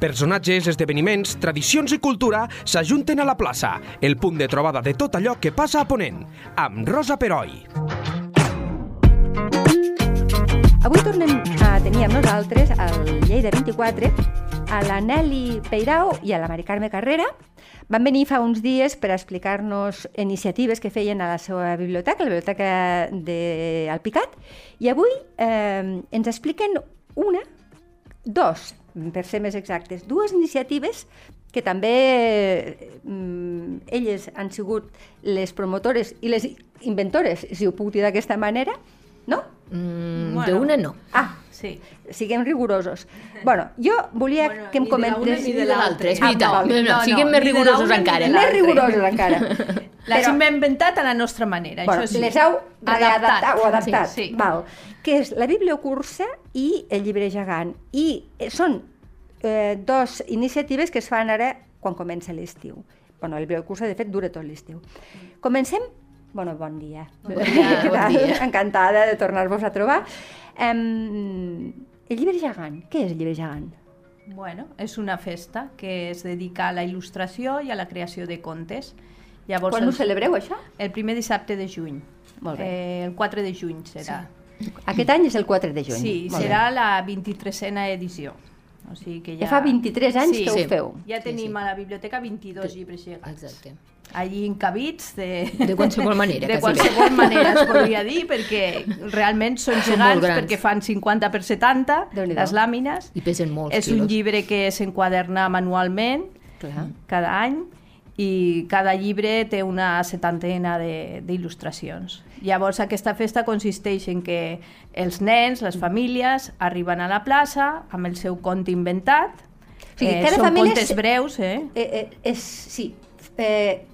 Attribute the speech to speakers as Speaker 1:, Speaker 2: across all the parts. Speaker 1: Personatges, esdeveniments, tradicions i cultura s'ajunten a la plaça, el punt de trobada de tot allò que passa a Ponent, amb Rosa Peroi.
Speaker 2: Avui tornem a tenir amb nosaltres el Lleida 24, a la Nelly Peirao i a la Mari Carme Carrera. Van venir fa uns dies per explicar-nos iniciatives que feien a la seva biblioteca, la biblioteca de Alpicat, i avui eh, ens expliquen una, dos, per ser més exactes, dues iniciatives que també eh, mm, elles han sigut les promotores i les inventores, si ho puc dir d'aquesta manera, no?
Speaker 3: Mm,
Speaker 4: Bueno.
Speaker 3: D'una no.
Speaker 2: Ah,
Speaker 4: Sí.
Speaker 2: siguem rigorosos. bueno, jo volia bueno, que em comentes...
Speaker 3: ni de l'altra, és veritat. No, no, siguem més
Speaker 4: ni de
Speaker 3: rigorosos
Speaker 4: l'una ni
Speaker 3: encara.
Speaker 4: de
Speaker 2: Més
Speaker 4: l'altra.
Speaker 2: rigorosos encara.
Speaker 4: Les
Speaker 2: Però-
Speaker 4: hem inventat a la nostra manera,
Speaker 2: Bueno,
Speaker 4: això sí.
Speaker 2: les heu readaptat o adaptat,
Speaker 4: Sí, sí.
Speaker 2: Val. que és la bibliocursa i el llibre gegant. I eh, són eh, dos iniciatives que es fan ara quan comença l'estiu. Bueno, la bibliocursa, de fet, dura tot l'estiu. Comencem... Bueno, bon dia.
Speaker 3: Bon dia,
Speaker 2: Què
Speaker 3: bon
Speaker 2: tal?
Speaker 3: dia.
Speaker 2: Encantada de tornar-vos a trobar. Um, el llibre gegant, què és el llibre gegant?
Speaker 4: Bueno, és una festa que es dedica a la il·lustració i a la creació de contes. Llavors,
Speaker 2: Quan ho
Speaker 4: el-
Speaker 2: celebreu, això?
Speaker 4: El primer dissabte de juny.
Speaker 2: Molt bé.
Speaker 4: Eh, el 4 de juny serà.
Speaker 2: Aquest any és el 4 de juny.
Speaker 4: Sí,
Speaker 2: Molt bé.
Speaker 4: serà la 23a edició. O sigui que ja...
Speaker 2: Ja fa 23 anys
Speaker 4: sí,
Speaker 2: que
Speaker 3: Sí.
Speaker 2: ho feu.
Speaker 4: Ja
Speaker 3: Sí,
Speaker 4: tenim
Speaker 3: sí.
Speaker 4: a la biblioteca 22 llibres llegats.
Speaker 3: Exacte.
Speaker 4: Allí encabits de...
Speaker 3: De qualsevol manera, quasi
Speaker 4: De
Speaker 3: bé.
Speaker 4: qualsevol manera es podria dir, perquè realment són
Speaker 3: Són molt
Speaker 4: gegants,
Speaker 3: grans.
Speaker 4: perquè fan 50 per 70,
Speaker 2: Déu-n'hi-do.
Speaker 4: les làmines.
Speaker 3: I pesen molts
Speaker 4: És
Speaker 3: quilos.
Speaker 4: un llibre que s'enquaderna manualment
Speaker 2: Clar.
Speaker 4: cada any i cada llibre té una setantena de- d'il·lustracions. Llavors aquesta festa consisteix en que els nens, les famílies, arriben a la plaça amb el seu conte inventat,
Speaker 2: O sigui,
Speaker 4: Eh,
Speaker 2: cada
Speaker 4: són
Speaker 2: família
Speaker 4: contes
Speaker 2: se-
Speaker 4: breus, eh?
Speaker 2: Eh, eh, és, sí, eh,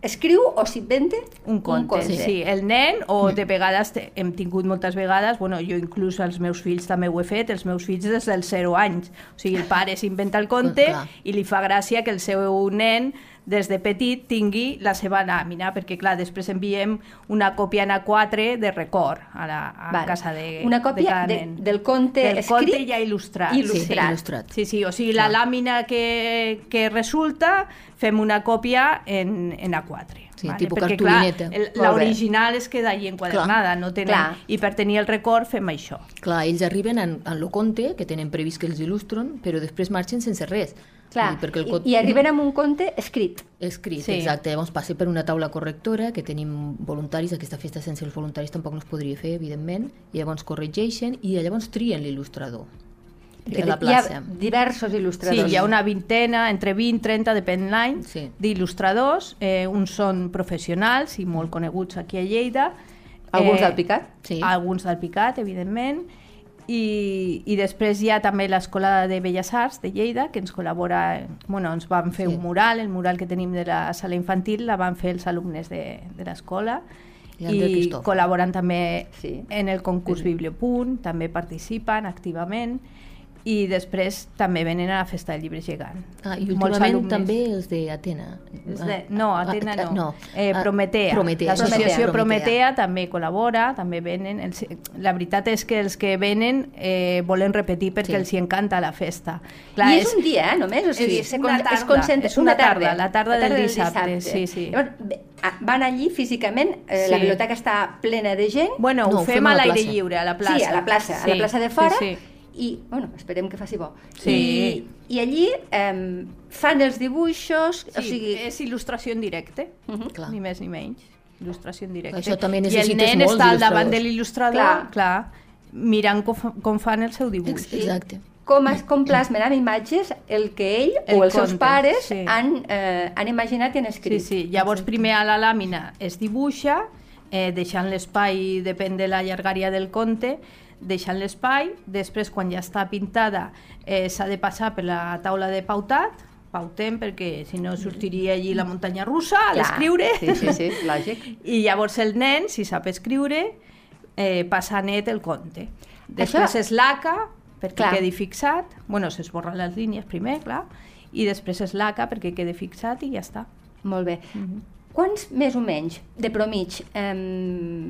Speaker 2: escriu o s'inventa
Speaker 4: Un conte, sí. sí. El nen, o de vegades te- hem tingut moltes vegades, bueno, jo inclús els meus fills també ho he fet, els meus fills des dels 0 anys. O sigui, el pare s'inventa el conte
Speaker 3: Clar.
Speaker 4: i li fa gràcia que el seu nen des de petit tingui la seva làmina, perquè clar, després enviem una còpia en A4 de record a, la, a
Speaker 2: Vale.
Speaker 4: casa de
Speaker 2: Una
Speaker 4: de
Speaker 2: còpia
Speaker 4: cada
Speaker 2: de-
Speaker 4: nen.
Speaker 2: del conte
Speaker 4: del
Speaker 2: escrit
Speaker 4: conte ja il·lustrat.
Speaker 2: il·lustrat.
Speaker 3: Sí, il·lustrat.
Speaker 4: Sí, sí, o sigui, la làmina que, que resulta, fem una còpia en, en A4.
Speaker 3: Sí, tipus
Speaker 4: Perquè,
Speaker 3: cartolineta.
Speaker 4: clar, el-
Speaker 2: Molt bé.
Speaker 4: L'original és queda allà enquadernada,
Speaker 3: Clar.
Speaker 4: no tenen...
Speaker 2: Clar.
Speaker 4: I per tenir el record fem això.
Speaker 3: Clar, ells arriben en, en lo conte, que tenen previst que els il·lustren, però després marxen sense res.
Speaker 2: Clar,
Speaker 3: I perquè el
Speaker 2: i,
Speaker 3: cot...
Speaker 2: i arriben amb un conte escrit.
Speaker 3: Escrit,
Speaker 4: Sí.
Speaker 3: sí. exacte. Llavors passa per una taula correctora, que tenim voluntaris, aquesta festa sense els voluntaris tampoc no es podria fer, evidentment, i llavors corregeixen i llavors trien l'il·lustrador de la
Speaker 2: Hi ha
Speaker 3: plaça.
Speaker 2: diversos
Speaker 4: Sí,
Speaker 2: il·lustradors.
Speaker 4: hi ha una vintena, entre 20 30, depèn l'any,
Speaker 3: Sí.
Speaker 4: d'il·lustradors. Eh, uns són professionals i molt coneguts aquí a Lleida.
Speaker 2: Alguns
Speaker 4: Eh,
Speaker 2: del Picat?
Speaker 3: Sí.
Speaker 4: Alguns del Picat, evidentment. I, i després hi ha també l'Escola de Belles Arts de Lleida, que ens col·labora... Bueno, ens van fer
Speaker 3: Sí.
Speaker 4: un mural, el mural que tenim de la sala infantil, la van fer els alumnes de, de l'escola.
Speaker 3: I el de Cristòfol.
Speaker 4: col·laboren també
Speaker 2: Sí.
Speaker 4: en el concurs Bibliopunt, també participen activament i després també venen a la Festa del Llibre Gegant.
Speaker 3: Ah, I
Speaker 4: Molts
Speaker 3: últimament
Speaker 4: alumnes.
Speaker 3: també els de Atena.
Speaker 4: Els de- No, Atena no. Eh,
Speaker 3: Ah,
Speaker 4: Prometea.
Speaker 3: Prometea.
Speaker 4: L'associació
Speaker 3: Prometea.
Speaker 4: Prometea també col·labora, també venen. Els, la veritat és que els que venen eh, volen repetir perquè
Speaker 3: Sí.
Speaker 4: els hi encanta la festa.
Speaker 2: I és, un dia, eh, només? O sigui,
Speaker 4: Sí.
Speaker 2: se
Speaker 4: Una
Speaker 2: con- es
Speaker 4: tarda,
Speaker 2: concentra...
Speaker 4: és una tarda, la tarda del dissabte, sí, sí.
Speaker 2: Llavors, bé, ah, van allí físicament, eh, la
Speaker 4: Sí.
Speaker 2: biblioteca està plena de gent.
Speaker 4: Bueno,
Speaker 3: No,
Speaker 4: ho
Speaker 3: ho
Speaker 4: fem,
Speaker 3: fem
Speaker 4: a
Speaker 3: a la
Speaker 4: l'aire
Speaker 3: plaça.
Speaker 4: lliure, a la plaça.
Speaker 2: Sí, a la plaça, a la
Speaker 4: Sí,
Speaker 2: plaça de fora.
Speaker 4: Sí, sí.
Speaker 2: I, bueno, esperem que faci bo.
Speaker 4: Sí.
Speaker 2: I, i allí eh, fan els dibuixos,
Speaker 4: Sí,
Speaker 2: o sigui...
Speaker 4: és il·lustració en directe,
Speaker 3: Clar.
Speaker 4: ni més ni menys. Il·lustració en directe.
Speaker 3: Això també
Speaker 4: I el
Speaker 3: necessites
Speaker 4: nen
Speaker 3: molt
Speaker 4: està al
Speaker 3: d'il·lustradors.
Speaker 4: davant de l'il·lustrador,
Speaker 2: Clar.
Speaker 4: clar. mirant com, fa- com fan el seu dibuix.
Speaker 3: Exacte.
Speaker 2: com, es, com plasmen amb imatges el que ell el
Speaker 4: El
Speaker 2: o els seus
Speaker 4: conte,
Speaker 2: pares sí.
Speaker 4: sí.
Speaker 2: han, eh, han imaginat i han
Speaker 4: Sí,
Speaker 2: escrit.
Speaker 4: sí. Llavors, primer a la làmina es dibuixa, eh, deixant l'espai, depèn de la llargària del conte, deixant l'espai, després quan ja està pintada eh, s'ha de passar per la taula de pautat, pautem perquè si no sortiria allí la muntanya russa
Speaker 2: Clar.
Speaker 4: a l'escriure
Speaker 2: Sí, sí, sí, lògic.
Speaker 4: i llavors el nen, si sap escriure, eh, passa net el conte. Després
Speaker 2: Això-
Speaker 4: es laca perquè
Speaker 2: Clar.
Speaker 4: quedi fixat, bueno, s'esborren les línies primer, clar, i després es laca perquè quedi fixat i ja està.
Speaker 2: Molt bé. Quants, més o menys, de promig, eh,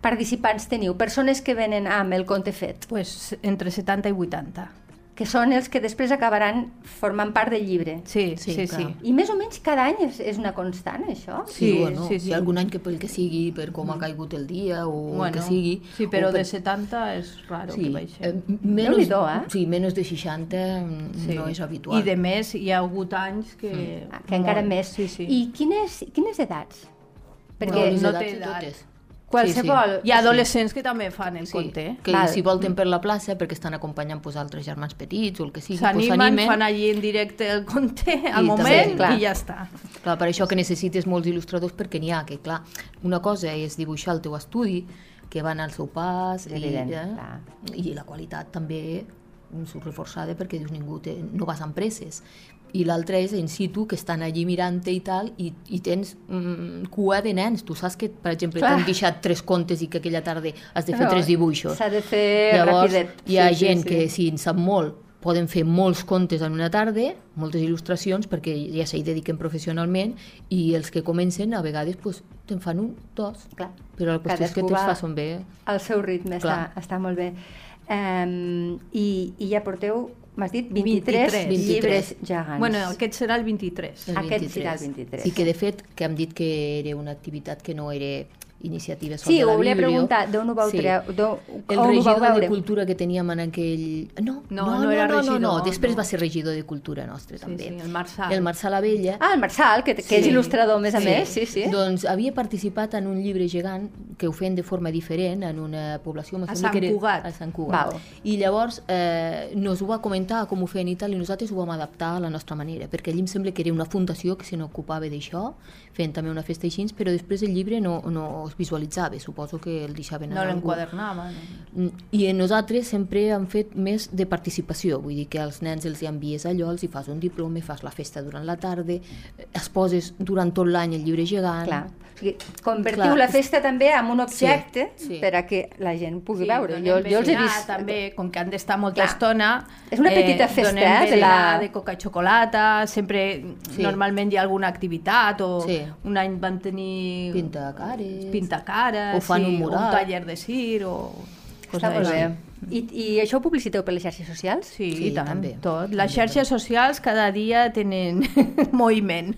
Speaker 2: participants teniu? Persones que venen amb el conte fet?
Speaker 4: Pues entre 70 i 80.
Speaker 2: que són els que després acabaran formant part del llibre.
Speaker 4: Sí,
Speaker 3: Sí,
Speaker 4: sí, sí.
Speaker 3: clar.
Speaker 4: sí.
Speaker 2: I més o menys cada any és, és una constant, això?
Speaker 3: Sí,
Speaker 4: Sí,
Speaker 3: bueno,
Speaker 4: sí,
Speaker 3: Hi
Speaker 4: sí.
Speaker 3: ha algun any que pel que sigui, per com ha caigut el dia o el que sigui...
Speaker 4: Sí, però
Speaker 3: o per...
Speaker 4: de 70 és raro
Speaker 3: Sí,
Speaker 4: que baixi.
Speaker 3: eh, menos,
Speaker 2: Déu-n'hi-do, eh?
Speaker 3: sí, menos de 60
Speaker 4: Sí.
Speaker 3: no és habitual.
Speaker 4: I de més, hi ha hagut anys que... Mm.
Speaker 2: Ah, que encara més.
Speaker 4: Sí, sí.
Speaker 2: I quines, quines edats?
Speaker 3: Perquè
Speaker 2: Perquè
Speaker 4: Bueno,
Speaker 3: no,
Speaker 4: no
Speaker 3: té
Speaker 4: té edat.
Speaker 3: totes.
Speaker 2: qualsevol...
Speaker 4: Hi ha adolescents que també fan el
Speaker 3: Sí,
Speaker 4: conte. eh?
Speaker 3: que
Speaker 2: Val.
Speaker 3: si volten per la plaça perquè estan acompanyant pues, altres germans petits o el que sigui, pues,
Speaker 4: S'animen,
Speaker 3: s'animen.
Speaker 4: fan allí en directe el conte
Speaker 3: també,
Speaker 4: al moment
Speaker 2: clar.
Speaker 4: i ja està.
Speaker 3: Clar, per això que necessites molts il·lustradors perquè n'hi ha, que clar, una cosa és dibuixar el teu estudi, que van al seu pas,
Speaker 2: És
Speaker 3: i,
Speaker 2: evident, clar.
Speaker 3: eh, i la qualitat també surt reforçada perquè dius ningú té, no vas amb presses. I l'altra és in situ, que estan allí mirant-te i tal, i, i tens mm, cua de nens. Tu saps que, per exemple,
Speaker 2: Clar.
Speaker 3: t'han deixat tres contes i que aquella tarda has de fer
Speaker 2: No,
Speaker 3: tres dibuixos.
Speaker 2: s'ha de fer
Speaker 3: Llavors,
Speaker 2: rapidet.
Speaker 3: hi ha
Speaker 2: Sí, sí,
Speaker 3: gent
Speaker 2: sí.
Speaker 3: que si en sap molt, poden fer molts contes en una tarda, moltes il·lustracions, perquè ja s'hi dediquen professionalment, i els que comencen, a vegades, pues, te'n fan un, dos.
Speaker 2: Clar.
Speaker 3: Però la qüestió és que
Speaker 2: Cadascú
Speaker 3: te'ls
Speaker 2: va-
Speaker 3: facin bé.
Speaker 2: El seu ritme està,
Speaker 3: Clar.
Speaker 2: està molt bé. Um, i, I ja porteu, m'has dit, 23,
Speaker 4: 23.
Speaker 2: llibres gegants.
Speaker 4: Bueno, aquest serà el 23.
Speaker 3: el
Speaker 2: Aquest serà el 23.
Speaker 3: I que, de fet, que hem dit que era una activitat que no era iniciativa sobre
Speaker 2: Sí,
Speaker 3: la
Speaker 2: ho volia
Speaker 3: Bíblia.
Speaker 2: preguntar, d'on ho vau
Speaker 3: Sí.
Speaker 2: treure? d'on-
Speaker 3: El
Speaker 2: on ho vau
Speaker 3: regidor de
Speaker 2: veure?
Speaker 3: Cultura que teníem en aquell... No, no, no, no,
Speaker 4: era
Speaker 3: no, no, no,
Speaker 4: regidor,
Speaker 3: després
Speaker 4: no.
Speaker 3: va ser regidor de Cultura nostre, també.
Speaker 4: sí, el Marçal.
Speaker 3: El Marçal Abella.
Speaker 2: Ah, el Marçal, que, que és
Speaker 4: Sí.
Speaker 2: il·lustrador, a més a
Speaker 4: Sí.
Speaker 2: més, sí, sí.
Speaker 3: Doncs havia participat en un llibre gegant que ho feien de forma diferent en una població... em
Speaker 4: A
Speaker 3: sembla que
Speaker 4: Sant
Speaker 3: era-
Speaker 4: Cugat.
Speaker 3: A Sant Cugat.
Speaker 2: Val.
Speaker 3: I llavors eh, nos ho va comentar com ho feien i tal, i nosaltres ho vam adaptar a la nostra manera, perquè allí em sembla que era una fundació que se n'ocupava d'això, feien també una festa així, però després el llibre no, no es visualitzava, suposo que el deixaven
Speaker 4: No
Speaker 3: en algú.
Speaker 4: l'enquadernava. No.
Speaker 3: Mm, I en nosaltres sempre hem fet més de participació, vull dir que als nens els hi envies allò, els hi fas un diploma, fas la festa durant la tarda, eh, es poses durant tot l'any el llibre gegant...
Speaker 2: Clar. O sigui, convertiu
Speaker 3: Clar.
Speaker 2: la festa també en un objecte
Speaker 3: Sí, sí.
Speaker 2: per a que la gent pugui
Speaker 4: Sí,
Speaker 2: veure.
Speaker 4: donem
Speaker 2: Jo, jo els he
Speaker 4: berenar,
Speaker 2: vist...
Speaker 4: També, com que han d'estar molta
Speaker 2: Clar.
Speaker 4: estona...
Speaker 2: És una petita festa,
Speaker 4: donem
Speaker 2: eh, de
Speaker 4: berenar
Speaker 2: la-
Speaker 4: de coca i xocolata, sempre,
Speaker 3: Sí.
Speaker 4: normalment hi ha alguna activitat, o
Speaker 3: Sí.
Speaker 4: un any van tenir...
Speaker 3: Pintacares.
Speaker 4: Pintacares,
Speaker 3: O fan
Speaker 4: sí,
Speaker 3: un mural.
Speaker 4: o un taller de cir, o...
Speaker 2: Està
Speaker 4: coses
Speaker 2: molt
Speaker 4: així.
Speaker 2: bé. I, I això ho publiciteu per les xarxes socials?
Speaker 4: Sí,
Speaker 3: Sí,
Speaker 4: i tant,
Speaker 3: també.
Speaker 4: també. tot. Les xarxes socials cada dia tenen moviment.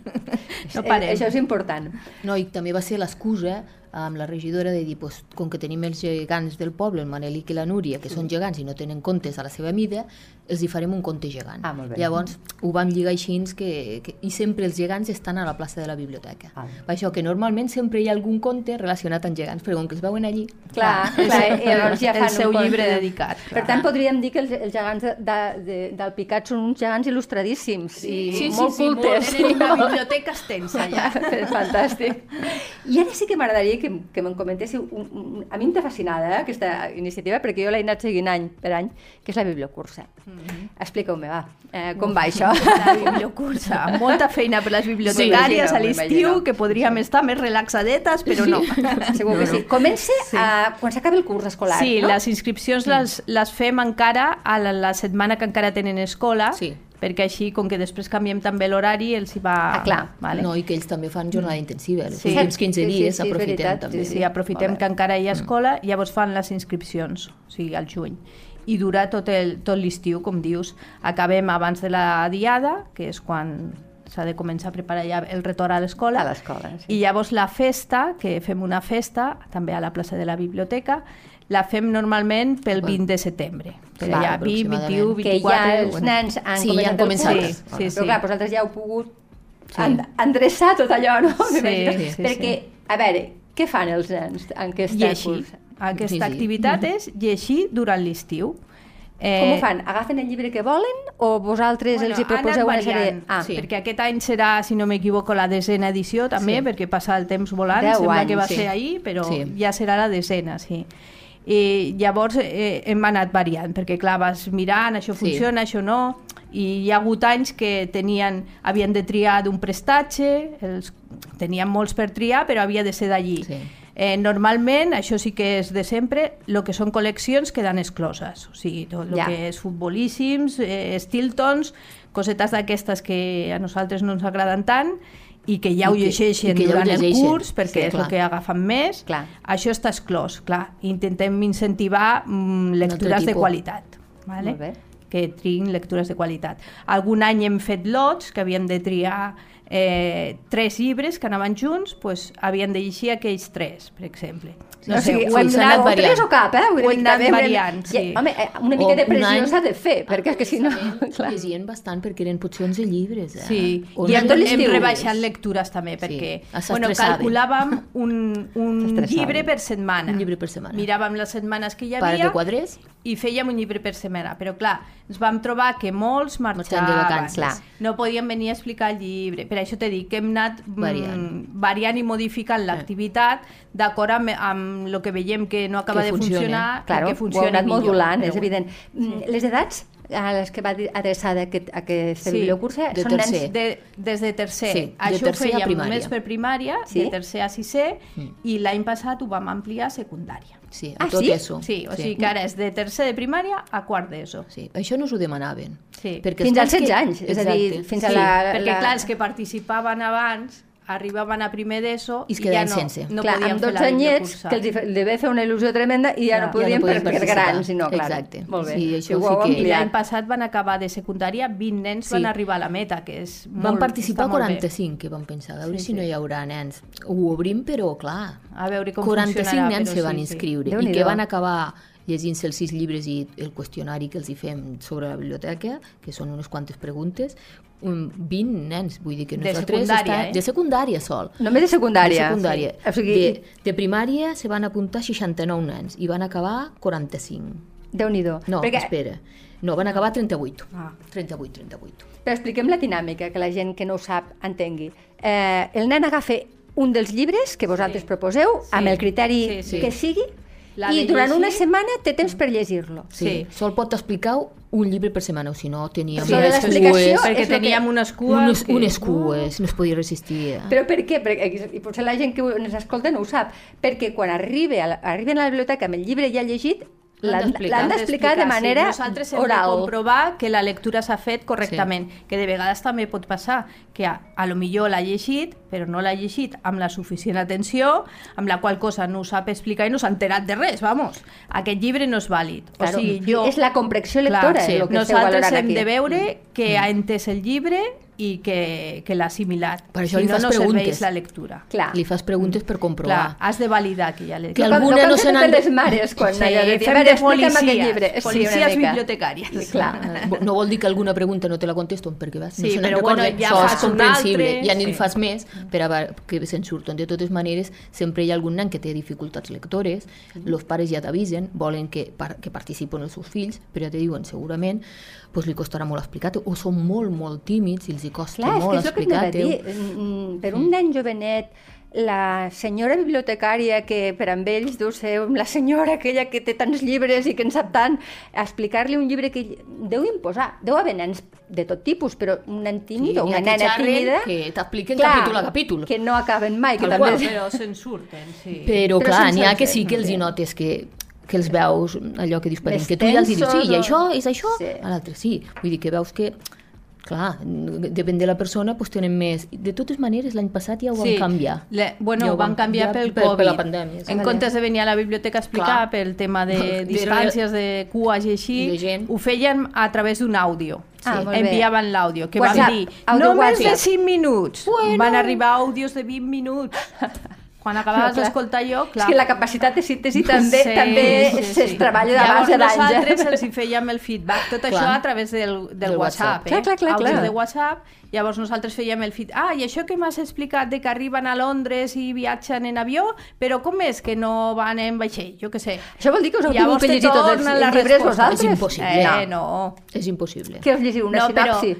Speaker 2: Eh,
Speaker 4: No parem.
Speaker 2: això és important.
Speaker 3: No, i també va ser l'excusa amb la regidora de dir, pues, com que tenim els gegants del poble, el Manel i que la Núria, que són gegants i no tenen contes a la seva mida, els hi farem un conte gegant.
Speaker 2: Ah, molt bé.
Speaker 3: Llavors, ho vam lligar així, que, que, i sempre els gegants estan a la plaça de la biblioteca.
Speaker 2: Ah.
Speaker 3: Per Això que normalment sempre hi ha algun conte relacionat amb gegants, però com que els veuen allí...
Speaker 2: Clar, clar, i llavors ja
Speaker 4: El
Speaker 2: fan
Speaker 4: seu
Speaker 2: un conte.
Speaker 4: llibre dedicat,
Speaker 2: Per
Speaker 4: clar.
Speaker 2: tant, podríem dir que els, els gegants de, de, del Picat són uns gegants il·lustradíssims i molt cultes.
Speaker 4: Sí, molt. Tenen una biblioteca extensa, ja.
Speaker 2: Fantàstic. I ara sí que m'agradaria que, que me'n comentéssiu... Un, un, a mi em té fascinada eh, aquesta iniciativa perquè jo l'he anat seguint any per any, que és la bibliocursa. Mm
Speaker 4: Mm-hmm.
Speaker 2: -hmm. Explica-ho-me, va. Eh, com va això?
Speaker 4: la bibliocursa. Molta feina per les bibliotecàries
Speaker 2: Sí,
Speaker 4: a
Speaker 2: m'ho
Speaker 4: l'estiu,
Speaker 2: imagino.
Speaker 4: que podríem estar més relaxadetes, però no.
Speaker 2: Segur que sí. Comença a, quan s'acabi el curs escolar,
Speaker 4: Sí,
Speaker 2: no?
Speaker 4: les inscripcions les, les fem encara a la, la setmana que encara tenen escola,
Speaker 3: Sí.
Speaker 4: perquè així, com que després canviem també l'horari, els hi va...
Speaker 2: Ah, clar.
Speaker 4: Vale.
Speaker 3: No, i que ells també fan jornada intensiva, els
Speaker 4: Sí.
Speaker 3: últims 15
Speaker 2: Sí, sí,
Speaker 3: dies
Speaker 2: sí, Mm.
Speaker 3: aprofitem
Speaker 2: veritat,
Speaker 3: també.
Speaker 4: Sí, sí, aprofitem
Speaker 2: Molt bé.
Speaker 4: que encara hi ha escola, llavors fan les inscripcions, o sigui, al juny. I durà tot el- tot l'estiu, com dius. Acabem abans de la diada, que és quan s'ha de començar a preparar ja el retorn a l'escola.
Speaker 2: A l'escola, sí.
Speaker 4: I llavors la festa, que fem una festa, també a la plaça de la biblioteca, la fem normalment pel 20 de setembre. Per
Speaker 3: Clar,
Speaker 4: allà, 20, 21,
Speaker 3: aproximadament.
Speaker 2: que ja
Speaker 4: 24...
Speaker 2: els
Speaker 4: bueno.
Speaker 2: nens han
Speaker 3: Sí, ja han
Speaker 2: començat el
Speaker 3: començat.
Speaker 2: curs.
Speaker 4: Sí, sí,
Speaker 2: Però
Speaker 4: sí.
Speaker 2: clar, vosaltres ja heu pogut
Speaker 3: Sí.
Speaker 2: sí. endreçar tot allò, no?
Speaker 4: Sí,
Speaker 2: M'imagino.
Speaker 4: sí, sí.
Speaker 2: Perquè, a veure, què fan els nens en aquesta
Speaker 4: llegir.
Speaker 2: curs?
Speaker 4: Aquesta
Speaker 3: Llegir.
Speaker 4: activitat és llegir durant l'estiu. Eh,
Speaker 2: Com ho fan? Agafen el llibre que volen o vosaltres els hi
Speaker 4: ha
Speaker 2: proposeu
Speaker 4: anat
Speaker 2: una sèrie...
Speaker 4: variant,
Speaker 2: Ah,
Speaker 4: sí. perquè aquest any serà, si no m'equivoco, la desena edició també,
Speaker 3: Sí.
Speaker 4: perquè passa el temps volant,
Speaker 2: Deu
Speaker 4: sembla
Speaker 2: anys,
Speaker 4: que va
Speaker 2: sí.
Speaker 4: ser ahir, però
Speaker 3: Sí.
Speaker 4: ja serà la desena, sí. I llavors eh, hem anat variant, perquè clar, vas mirant, això
Speaker 3: Sí.
Speaker 4: funciona, això no, i hi ha hagut anys que tenien, havien de triar d'un prestatge, els, tenien molts per triar, però havia de ser d'allí.
Speaker 3: Sí.
Speaker 4: Eh, normalment, això sí que és de sempre, el que són col·leccions queden excloses. O sigui, tot el
Speaker 2: Ja.
Speaker 4: ja. que és futbolíssims, eh, Stiltons, cosetes d'aquestes que a nosaltres no ens agraden tant i que ja
Speaker 3: I
Speaker 4: ho
Speaker 3: que- i
Speaker 4: llegeixen
Speaker 3: que ja ho
Speaker 4: durant
Speaker 3: llegeixen.
Speaker 4: el curs perquè
Speaker 3: Sí,
Speaker 4: és
Speaker 3: clar.
Speaker 4: el que agafen més.
Speaker 2: Clar.
Speaker 4: Això està exclòs, clar. Intentem incentivar mm, lectures de
Speaker 3: tipus.
Speaker 4: qualitat. Vale?
Speaker 2: Molt bé.
Speaker 4: que triïn lectures de qualitat. Algun any hem fet lots que havíem de triar eh, tres llibres que anaven junts, doncs havien de llegir aquells tres, per exemple.
Speaker 2: No, o sigui,
Speaker 3: sí,
Speaker 2: o hem
Speaker 3: s'ha
Speaker 2: donat
Speaker 3: anat
Speaker 2: o tres
Speaker 3: variant.
Speaker 2: o cap, eh? Vull
Speaker 4: Ho
Speaker 2: dir
Speaker 4: hem
Speaker 2: que
Speaker 4: anat
Speaker 2: també haurem-
Speaker 4: variant,
Speaker 2: Ja,
Speaker 4: sí.
Speaker 2: Home, eh, una mica
Speaker 3: O
Speaker 2: de
Speaker 3: un any. Ah,
Speaker 2: pressió s'ha de fer, perquè és que si no... Clar.
Speaker 3: Llegien bastant perquè eren potser 11 llibres. Eh?
Speaker 4: Sí,
Speaker 3: Onze
Speaker 4: i hem,
Speaker 2: tot
Speaker 3: llibres.
Speaker 4: hem
Speaker 2: l'estiu.
Speaker 4: rebaixat lectures també,
Speaker 3: Sí,
Speaker 4: perquè
Speaker 3: s'ha
Speaker 4: bueno,
Speaker 3: estressat. eh?
Speaker 4: calculàvem un, un
Speaker 2: estressat.
Speaker 4: llibre per setmana.
Speaker 3: Un llibre per setmana.
Speaker 4: Miràvem les setmanes que hi havia
Speaker 3: Para que quadres.
Speaker 4: i fèiem un llibre per setmana. Però clar, ens vam trobar que molts marxaven.
Speaker 3: de vacances. Clar.
Speaker 4: No podien venir a explicar el llibre. Per això t'he dit que hem anat mm,
Speaker 3: Variant. Eh.
Speaker 4: variant i modificant l'activitat d'acord amb, amb el que veiem que no acaba
Speaker 3: Que
Speaker 4: de
Speaker 3: funcione.
Speaker 4: funcionar
Speaker 2: Claro,
Speaker 4: Ah,
Speaker 2: ho
Speaker 4: i que
Speaker 2: ha
Speaker 4: funciona
Speaker 2: anat
Speaker 4: millor.
Speaker 2: modulant,
Speaker 4: Però
Speaker 2: és
Speaker 4: bueno.
Speaker 2: evident. Mm, Les edats a les que va di- adreçada aquest, aquesta
Speaker 4: Sí,
Speaker 2: bibliocursa
Speaker 3: de
Speaker 2: són nens...
Speaker 3: tercer.
Speaker 4: de, des de tercer.
Speaker 3: Sí, de
Speaker 4: Això
Speaker 3: tercer a
Speaker 4: ho fèiem
Speaker 3: primària. Mm.
Speaker 4: només per primària,
Speaker 2: Sí?
Speaker 4: de tercer a sisè, i l'any passat ho vam ampliar a secundària.
Speaker 3: Sí, a
Speaker 2: Ah,
Speaker 3: tot
Speaker 2: sí?
Speaker 3: ESO.
Speaker 4: Sí, o sigui que ara és de tercer de primària a quart d'ESO.
Speaker 3: Sí, això no us ho demanaven.
Speaker 4: Sí.
Speaker 3: Perquè
Speaker 2: Fins
Speaker 3: els
Speaker 2: als 16
Speaker 3: nens que-
Speaker 2: anys, és a dir,
Speaker 3: Exacte.
Speaker 2: fins a
Speaker 4: Sí,
Speaker 2: la...
Speaker 4: perquè
Speaker 2: la...
Speaker 4: clar, els que participaven abans arribaven a primer d'ESO
Speaker 3: I es
Speaker 4: ja
Speaker 3: quedaven
Speaker 4: no,
Speaker 3: sense.
Speaker 4: no
Speaker 2: clar,
Speaker 4: podien
Speaker 2: amb
Speaker 4: fer
Speaker 2: 12
Speaker 4: la
Speaker 2: anyets,
Speaker 4: cursa.
Speaker 2: que els hi fe- li va fer una il·lusió tremenda i ja,
Speaker 4: Ja,
Speaker 2: no
Speaker 4: ja
Speaker 2: podien
Speaker 3: no podien
Speaker 2: perquè eren
Speaker 3: participar.
Speaker 2: grans, i no, clar.
Speaker 3: Exacte.
Speaker 2: Molt bé.
Speaker 3: Sí, això
Speaker 2: I ho
Speaker 3: sí
Speaker 2: heu
Speaker 3: que-
Speaker 4: I l'any
Speaker 2: ampliat.
Speaker 4: passat van acabar de secundària, 20 nens
Speaker 3: Sí.
Speaker 4: van arribar a la meta, que és molt,
Speaker 3: Van participar
Speaker 4: està molt bé.
Speaker 3: 45, que van pensar, a veure si no hi haurà nens. Ho obrim, però clar,
Speaker 4: A veure com
Speaker 3: 45
Speaker 4: funcionarà,
Speaker 3: nens
Speaker 4: però
Speaker 3: se van
Speaker 4: sí, sí.
Speaker 3: inscriure i
Speaker 2: Déu-n'hi-do.
Speaker 3: que van acabar llegint-se els sis llibres i el qüestionari que els hi fem sobre la biblioteca, que són unes quantes preguntes, un 20 nens, vull dir que
Speaker 4: De
Speaker 3: nosaltres...
Speaker 4: secundària,
Speaker 3: està-
Speaker 4: eh?
Speaker 3: De secundària sol.
Speaker 2: Només de secundària.
Speaker 3: De secundària.
Speaker 2: Sí. O sigui,
Speaker 3: de, de primària se van apuntar 69 nens i van acabar 45.
Speaker 2: Déu-n'hi-do.
Speaker 3: No,
Speaker 2: perquè,
Speaker 3: espera. No, van acabar 38.
Speaker 4: Ah.
Speaker 3: 38, 38.
Speaker 2: Però expliquem la dinàmica, que la gent que no ho sap entengui. Eh, el nen agafa un dels llibres que vosaltres proposeu,
Speaker 4: Sí.
Speaker 2: amb el criteri
Speaker 4: Sí, sí.
Speaker 2: que sigui,
Speaker 4: L'ha
Speaker 2: i
Speaker 4: de
Speaker 2: durant una
Speaker 4: llegir.
Speaker 2: setmana té temps per llegir-lo.
Speaker 3: Sí.
Speaker 4: Sí.
Speaker 3: sí. Sol pot explicar un llibre per setmana, o si no, teníem
Speaker 2: Això de
Speaker 3: unes
Speaker 2: l'explicació
Speaker 3: cues,
Speaker 2: és
Speaker 4: Perquè
Speaker 2: lo que-
Speaker 4: teníem unes cues...
Speaker 3: unes,
Speaker 4: que-
Speaker 3: unes cues, no es podia resistir. eh?
Speaker 2: Ah. Però per què? Perquè, i potser la gent que ho- ens escolta no ho sap. Perquè quan arriba a la, arriben a la biblioteca amb el llibre ja llegit, l'han l'han d'explicar de
Speaker 4: sí.
Speaker 2: manera
Speaker 4: Nosaltres hem de
Speaker 2: oral.
Speaker 4: comprovar que la lectura s'ha fet correctament, sí. que de vegades també pot passar que a, a lo millor l'ha llegit, però no l'ha llegit amb la suficient atenció, amb la qual cosa no ho sap explicar i no s'ha enterat de res, vamos. Aquest llibre no és vàlid.
Speaker 2: Claro.
Speaker 4: O sigui, jo...
Speaker 2: És la comprensió lectora,
Speaker 3: sí.
Speaker 2: el que esteu
Speaker 4: Nosaltres
Speaker 2: valorant
Speaker 4: hem
Speaker 2: aquí. Mm.
Speaker 4: de veure que ha entès el llibre i que, que l'ha assimilat.
Speaker 3: Per això li
Speaker 4: si no,
Speaker 3: fas
Speaker 4: no
Speaker 3: preguntes.
Speaker 4: serveix la lectura.
Speaker 2: Clar.
Speaker 3: Li fas preguntes per
Speaker 4: Clar,
Speaker 3: comprovar.
Speaker 4: has de validar que ja l'he
Speaker 3: Que
Speaker 2: No cal-
Speaker 3: alguna
Speaker 2: no, cal
Speaker 3: no
Speaker 2: fer
Speaker 3: se n'han
Speaker 2: totes
Speaker 3: de-
Speaker 2: les mares quan
Speaker 4: Sí,
Speaker 2: sí, allò de dir,
Speaker 4: fem
Speaker 2: a veure,
Speaker 4: de
Speaker 2: explica'm aquest
Speaker 4: policies,
Speaker 2: llibre.
Speaker 4: policies
Speaker 2: mica.
Speaker 4: bibliotecàries.
Speaker 2: Clar.
Speaker 3: Eh, Bo- No vol dir que alguna pregunta no te la contesten perquè vas, no
Speaker 4: Sí,
Speaker 3: se n'en
Speaker 4: però bueno,
Speaker 3: recorden.
Speaker 4: ja
Speaker 3: Això és
Speaker 4: fas una
Speaker 3: comprensible,
Speaker 4: altra,
Speaker 3: ja n'hi
Speaker 4: sí.
Speaker 3: fas més, però va- que se'n surten. De totes maneres, sempre hi ha algun nen que té dificultats lectores, els pares ja t'avisen, volen que, par que participen els seus fills, però ja te diuen segurament pues, li costarà molt explicar-te, o són molt, molt tímids i els hi costa
Speaker 2: Clar, és que
Speaker 3: molt
Speaker 2: és el que et anava a
Speaker 3: explicar-te.
Speaker 2: dir. Mm, Per un nen jovenet, la senyora bibliotecària que per amb ells deu ser la senyora aquella que té tants llibres i que en sap tant, explicar-li un llibre que ell- deu imposar. Deu haver nens de tot tipus, però un nen tímid
Speaker 3: Sí,
Speaker 2: o
Speaker 3: n'hi
Speaker 2: una
Speaker 3: ha que
Speaker 2: nena
Speaker 3: xarren,
Speaker 2: tímida...
Speaker 3: que t'expliquen
Speaker 2: Clar,
Speaker 3: capítol a capítol.
Speaker 2: Que no acaben mai, que
Speaker 3: Tal
Speaker 2: també...
Speaker 3: qual,
Speaker 2: és-
Speaker 4: Però se'n surten, sí.
Speaker 3: Però,
Speaker 2: Però
Speaker 3: clar,
Speaker 2: sense
Speaker 3: n'hi ha que
Speaker 2: fer,
Speaker 3: sí que
Speaker 2: molt
Speaker 3: els hi
Speaker 2: bé.
Speaker 3: notes que, que els veus allò que dius per
Speaker 2: Més
Speaker 3: dins, que tu ja els hi dius,
Speaker 2: tensos
Speaker 3: sí, i
Speaker 2: o-
Speaker 3: això és això,
Speaker 2: Sí.
Speaker 3: sí. a l'altre sí. Vull dir que veus que, clar, depèn de la persona, doncs tenen més. De totes maneres, l'any passat ja ho van canviar.
Speaker 4: Le, bueno,
Speaker 3: Ja
Speaker 4: ho van canviar pel
Speaker 3: per,
Speaker 4: Covid.
Speaker 3: Per la pandèmia.
Speaker 4: En
Speaker 3: sí.
Speaker 4: comptes de venir a la biblioteca a explicar
Speaker 3: Clar.
Speaker 4: pel tema
Speaker 3: De
Speaker 4: de distàncies, de cues i així,
Speaker 3: De gent.
Speaker 4: ho feien a través d'un àudio.
Speaker 2: Ah, molt bé.
Speaker 4: Enviaven l'àudio, que
Speaker 2: WhatsApp,
Speaker 4: van dir
Speaker 2: àudio
Speaker 4: només
Speaker 2: WhatsApp".
Speaker 4: de 5 minuts.
Speaker 3: Bueno.
Speaker 4: Van arribar àudios de 20 minuts. Quan acabaves
Speaker 2: clar.
Speaker 4: d'escoltar jo, clar...
Speaker 2: És que la capacitat de síntesi també
Speaker 4: Sí,
Speaker 2: també
Speaker 4: sí,
Speaker 2: es,
Speaker 4: sí.
Speaker 2: treballa de base
Speaker 4: Llavors
Speaker 2: d'anys. eh?
Speaker 4: nosaltres els hi fèiem el feedback, tot això
Speaker 3: Clar.
Speaker 4: a través del, del,
Speaker 3: Del WhatsApp.
Speaker 4: WhatsApp, eh?
Speaker 2: Clar, clar, clar,
Speaker 4: Àudios
Speaker 2: clar.
Speaker 4: de WhatsApp, llavors nosaltres fèiem el feed... Ah, i això que m'has explicat de que arriben a Londres i viatgen en avió, però com és que no van en vaixell? Jo què sé.
Speaker 2: Això vol dir que us heu tingut
Speaker 4: Llavors
Speaker 2: que
Speaker 4: te
Speaker 2: llegir tots els,
Speaker 4: tornen la
Speaker 2: els llibres
Speaker 4: resposta.
Speaker 2: vosaltres?
Speaker 3: És impossible.
Speaker 4: Eh, no.
Speaker 3: És impossible.
Speaker 2: Què us llegiu? Una
Speaker 4: No, però-
Speaker 2: sinapsi?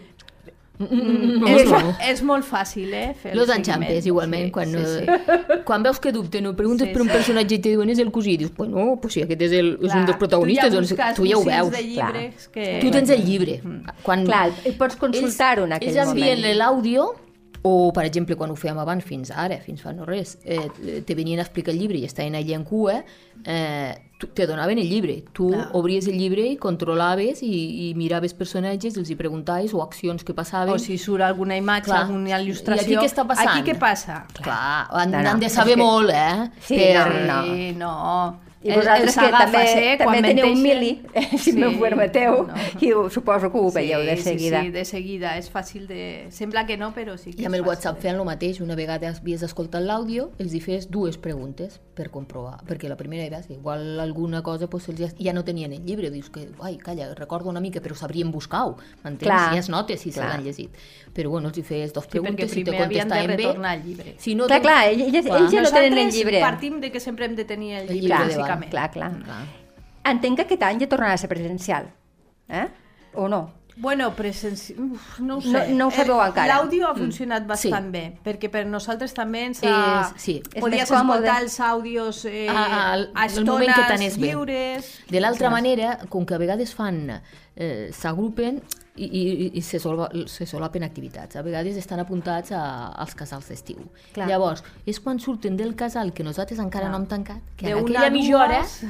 Speaker 3: Mm,
Speaker 4: És,
Speaker 3: no, no.
Speaker 4: és molt fàcil, eh? Fer el
Speaker 3: Los
Speaker 4: seguiment.
Speaker 3: enxampes, igualment,
Speaker 4: Sí,
Speaker 3: quan,
Speaker 4: sí, sí.
Speaker 3: sí. quan veus que dubten o preguntes
Speaker 4: Sí,
Speaker 3: per un
Speaker 4: sí.
Speaker 3: personatge i te diuen és el cosí, dius, bueno, pues sí, aquest és, el, és
Speaker 4: Clar,
Speaker 3: un dels protagonistes,
Speaker 4: tu ja
Speaker 3: doncs
Speaker 4: busques
Speaker 3: tu ja ho
Speaker 4: bocins
Speaker 3: veus.
Speaker 4: de
Speaker 3: clar.
Speaker 4: llibres que- Mm.
Speaker 3: Tu tens el llibre. Quan,
Speaker 2: Clar, i pots consultar-ho en aquell
Speaker 3: ells envien
Speaker 2: moment.
Speaker 3: l'àudio o, per exemple, quan ho fèiem abans, fins ara, fins fa no res, eh, te venien a explicar el llibre i estaven allà en cua, eh, tu- te donaven el llibre. Tu
Speaker 4: Clar.
Speaker 3: obries el llibre i controlaves i, i miraves personatges, els hi preguntaves o accions que passaven.
Speaker 4: O si surt alguna imatge,
Speaker 3: Clar.
Speaker 4: alguna
Speaker 3: I aquí
Speaker 4: il·lustració...
Speaker 3: què està passant?
Speaker 4: Aquí què passa?
Speaker 3: Clar, han,
Speaker 2: No, no,
Speaker 3: han de
Speaker 2: és
Speaker 3: saber
Speaker 2: que-
Speaker 3: molt, eh?
Speaker 2: Sí,
Speaker 3: per,
Speaker 2: no, no.
Speaker 4: Sí, no.
Speaker 2: I
Speaker 4: Els-
Speaker 2: vosaltres
Speaker 4: els
Speaker 2: que també,
Speaker 4: agafes, eh,
Speaker 2: també
Speaker 4: quan
Speaker 2: teniu un
Speaker 4: menteixen.
Speaker 2: mili, eh, si
Speaker 4: Sí,
Speaker 2: m'ho permeteu,
Speaker 4: no.
Speaker 2: i ho- suposo que ho veieu de seguida.
Speaker 4: Sí, sí, de seguida, és fàcil de... Sembla que no, però sí que
Speaker 3: I amb
Speaker 4: és
Speaker 3: el
Speaker 4: fàcil.
Speaker 3: WhatsApp fent el mateix, una vegada havies escoltat l'àudio, els hi fes dues preguntes per comprovar, perquè la primera era si igual alguna cosa doncs, els ja, ja no tenien el llibre, dius que, ai, calla, recordo una mica, però sabrien buscar-ho, m'entens?
Speaker 2: Clar.
Speaker 3: Si es nota si se
Speaker 2: Clar.
Speaker 3: l'han llegit. Però bueno, els hi fes dues
Speaker 4: Sí, perquè
Speaker 3: preguntes i te
Speaker 4: primer havien de
Speaker 3: contestaven
Speaker 4: retornar
Speaker 3: bé.
Speaker 4: el llibre.
Speaker 3: Si no,
Speaker 2: Clar,
Speaker 3: te-
Speaker 2: clar, ell- ell-
Speaker 3: Clar.
Speaker 2: ells ja no
Speaker 4: Nosaltres
Speaker 2: tenen el llibre.
Speaker 4: partim de que sempre hem de tenir el llibre,
Speaker 3: llibre
Speaker 2: Clar,
Speaker 3: de davant,
Speaker 4: bàsicament.
Speaker 2: clar, clar.
Speaker 3: Clar.
Speaker 2: Entenc que aquest any ja tornarà a ser presencial, eh? O no?
Speaker 4: Bueno, presenci... Uf, no ho sé.
Speaker 2: No- no ho sabeu
Speaker 4: Eh,
Speaker 2: encara. Mm.
Speaker 4: L'àudio ha funcionat bastant
Speaker 3: Sí.
Speaker 4: bé, perquè per nosaltres també ens ha...
Speaker 3: És- sí.
Speaker 2: És
Speaker 4: Podies
Speaker 2: més còmode.
Speaker 4: escoltar els àudios eh,
Speaker 3: A- a- al-
Speaker 4: a
Speaker 3: al ah, moment que
Speaker 4: estones
Speaker 3: t'anés bé.
Speaker 4: lliures...
Speaker 3: De l'altra manera, com que a vegades fan, eh, s'agrupen i, i, i se, solva, se solapen activitats. A vegades estan apuntats a, als casals d'estiu.
Speaker 2: Clar.
Speaker 3: Llavors, és quan surten del casal que nosaltres encara no hem tancat, que
Speaker 4: De
Speaker 3: en
Speaker 4: una
Speaker 3: aquella
Speaker 4: a
Speaker 3: mitja hora
Speaker 4: dues.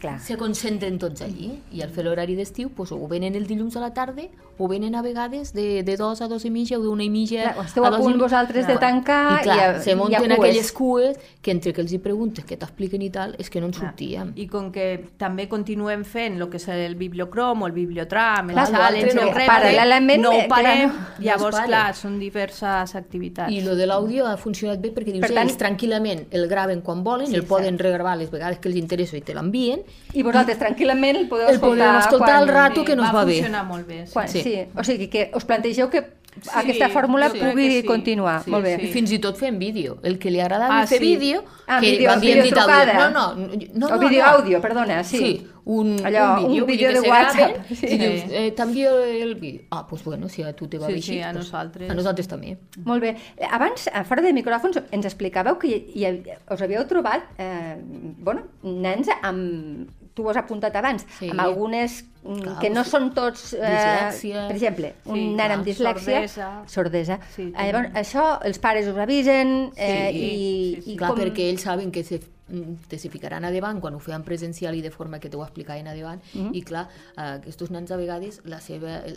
Speaker 2: Clar.
Speaker 3: se concentren tots allí. I al fer l'horari d'estiu, doncs, o venen el dilluns a la tarda, o venen a vegades de, de dos a dos i mitja, o d'una i mitja
Speaker 2: Clar, o esteu
Speaker 3: a
Speaker 2: a
Speaker 3: dos i
Speaker 2: punt
Speaker 3: mitja.
Speaker 2: vosaltres de tancar
Speaker 3: I, clar,
Speaker 2: i a-
Speaker 3: se
Speaker 2: i a
Speaker 3: munten
Speaker 2: cues.
Speaker 3: aquelles cues que entre que els hi preguntes, que t'expliquen i tal, és que no en sortíem.
Speaker 4: I com que també continuem fent el que és el bibliocrom o el bibliotram, el
Speaker 2: Clar,
Speaker 4: challenge,
Speaker 3: no,
Speaker 4: el repte,
Speaker 2: paral·lelament,
Speaker 4: no ho
Speaker 2: eh, clar,
Speaker 4: parem,
Speaker 2: no.
Speaker 3: No es
Speaker 4: llavors,
Speaker 3: para.
Speaker 4: clar, són diverses activitats.
Speaker 3: I lo de l'àudio ha funcionat bé perquè dius,
Speaker 2: Per tant-
Speaker 3: ells tranquil·lament el graven quan volen, el poden regravar les vegades que els interessa i te l'envien,
Speaker 2: I vosaltres tranquil·lament el podeu
Speaker 3: el podem escoltar
Speaker 2: quan-
Speaker 3: al rato que no es
Speaker 4: va
Speaker 3: va bé.
Speaker 4: funcionar molt bé. Sí.
Speaker 2: Quan, sí.
Speaker 3: Sí.
Speaker 2: sí. O sigui, que us plantegeu que
Speaker 4: Sí,
Speaker 2: aquesta fórmula
Speaker 4: jo crec
Speaker 2: pugui
Speaker 4: que sí.
Speaker 2: continuar.
Speaker 4: Sí,
Speaker 2: Molt bé.
Speaker 4: sí.
Speaker 3: I fins i tot fent vídeo. El que li agradava
Speaker 4: Ah,
Speaker 3: fer
Speaker 4: sí.
Speaker 3: vídeo,
Speaker 2: Ah,
Speaker 3: que
Speaker 2: vídeo-
Speaker 3: l'havien dit
Speaker 2: videotrucada.
Speaker 3: àudio. No, no, no,
Speaker 2: O
Speaker 3: no,
Speaker 2: videoàudio, perdona, sí.
Speaker 3: un,
Speaker 2: Allò,
Speaker 3: un vídeo,
Speaker 2: un
Speaker 3: vull dir
Speaker 2: vídeo
Speaker 3: que
Speaker 2: de
Speaker 3: se graven
Speaker 2: WhatsApp. Sí.
Speaker 3: I dius, eh, t'envio el vídeo. Ah, doncs bueno, si a tu te va
Speaker 4: Sí,
Speaker 3: bé
Speaker 4: sí,
Speaker 3: així,
Speaker 4: a
Speaker 3: doncs
Speaker 4: nosaltres.
Speaker 3: A nosaltres també.
Speaker 2: Molt bé. Abans, a fora de micròfons, ens explicàveu que hi, hi, us havíeu trobat eh, bueno, nens amb... Tu ho has apuntat abans,
Speaker 3: Sí.
Speaker 2: amb algunes mm,
Speaker 3: Clar,
Speaker 2: que no
Speaker 3: sí.
Speaker 2: són tots... eh,
Speaker 3: Dislèxia.
Speaker 2: Per exemple, un
Speaker 4: Sí,
Speaker 2: nen
Speaker 4: clar,
Speaker 2: amb dislèxia...
Speaker 4: sordesa.
Speaker 2: Sordesa.
Speaker 4: Sí,
Speaker 2: eh,
Speaker 4: tenen-
Speaker 2: bueno, això els pares us avisen eh,
Speaker 3: Sí,
Speaker 2: i,
Speaker 4: sí, sí.
Speaker 2: i
Speaker 3: Clar,
Speaker 2: com...
Speaker 3: perquè ells saben que se, mm, te se ficaran a davant quan ho feien presencial i de forma que t'ho explicaven a davant mm -hmm. i clar, eh, aquests nens a vegades la seva eh,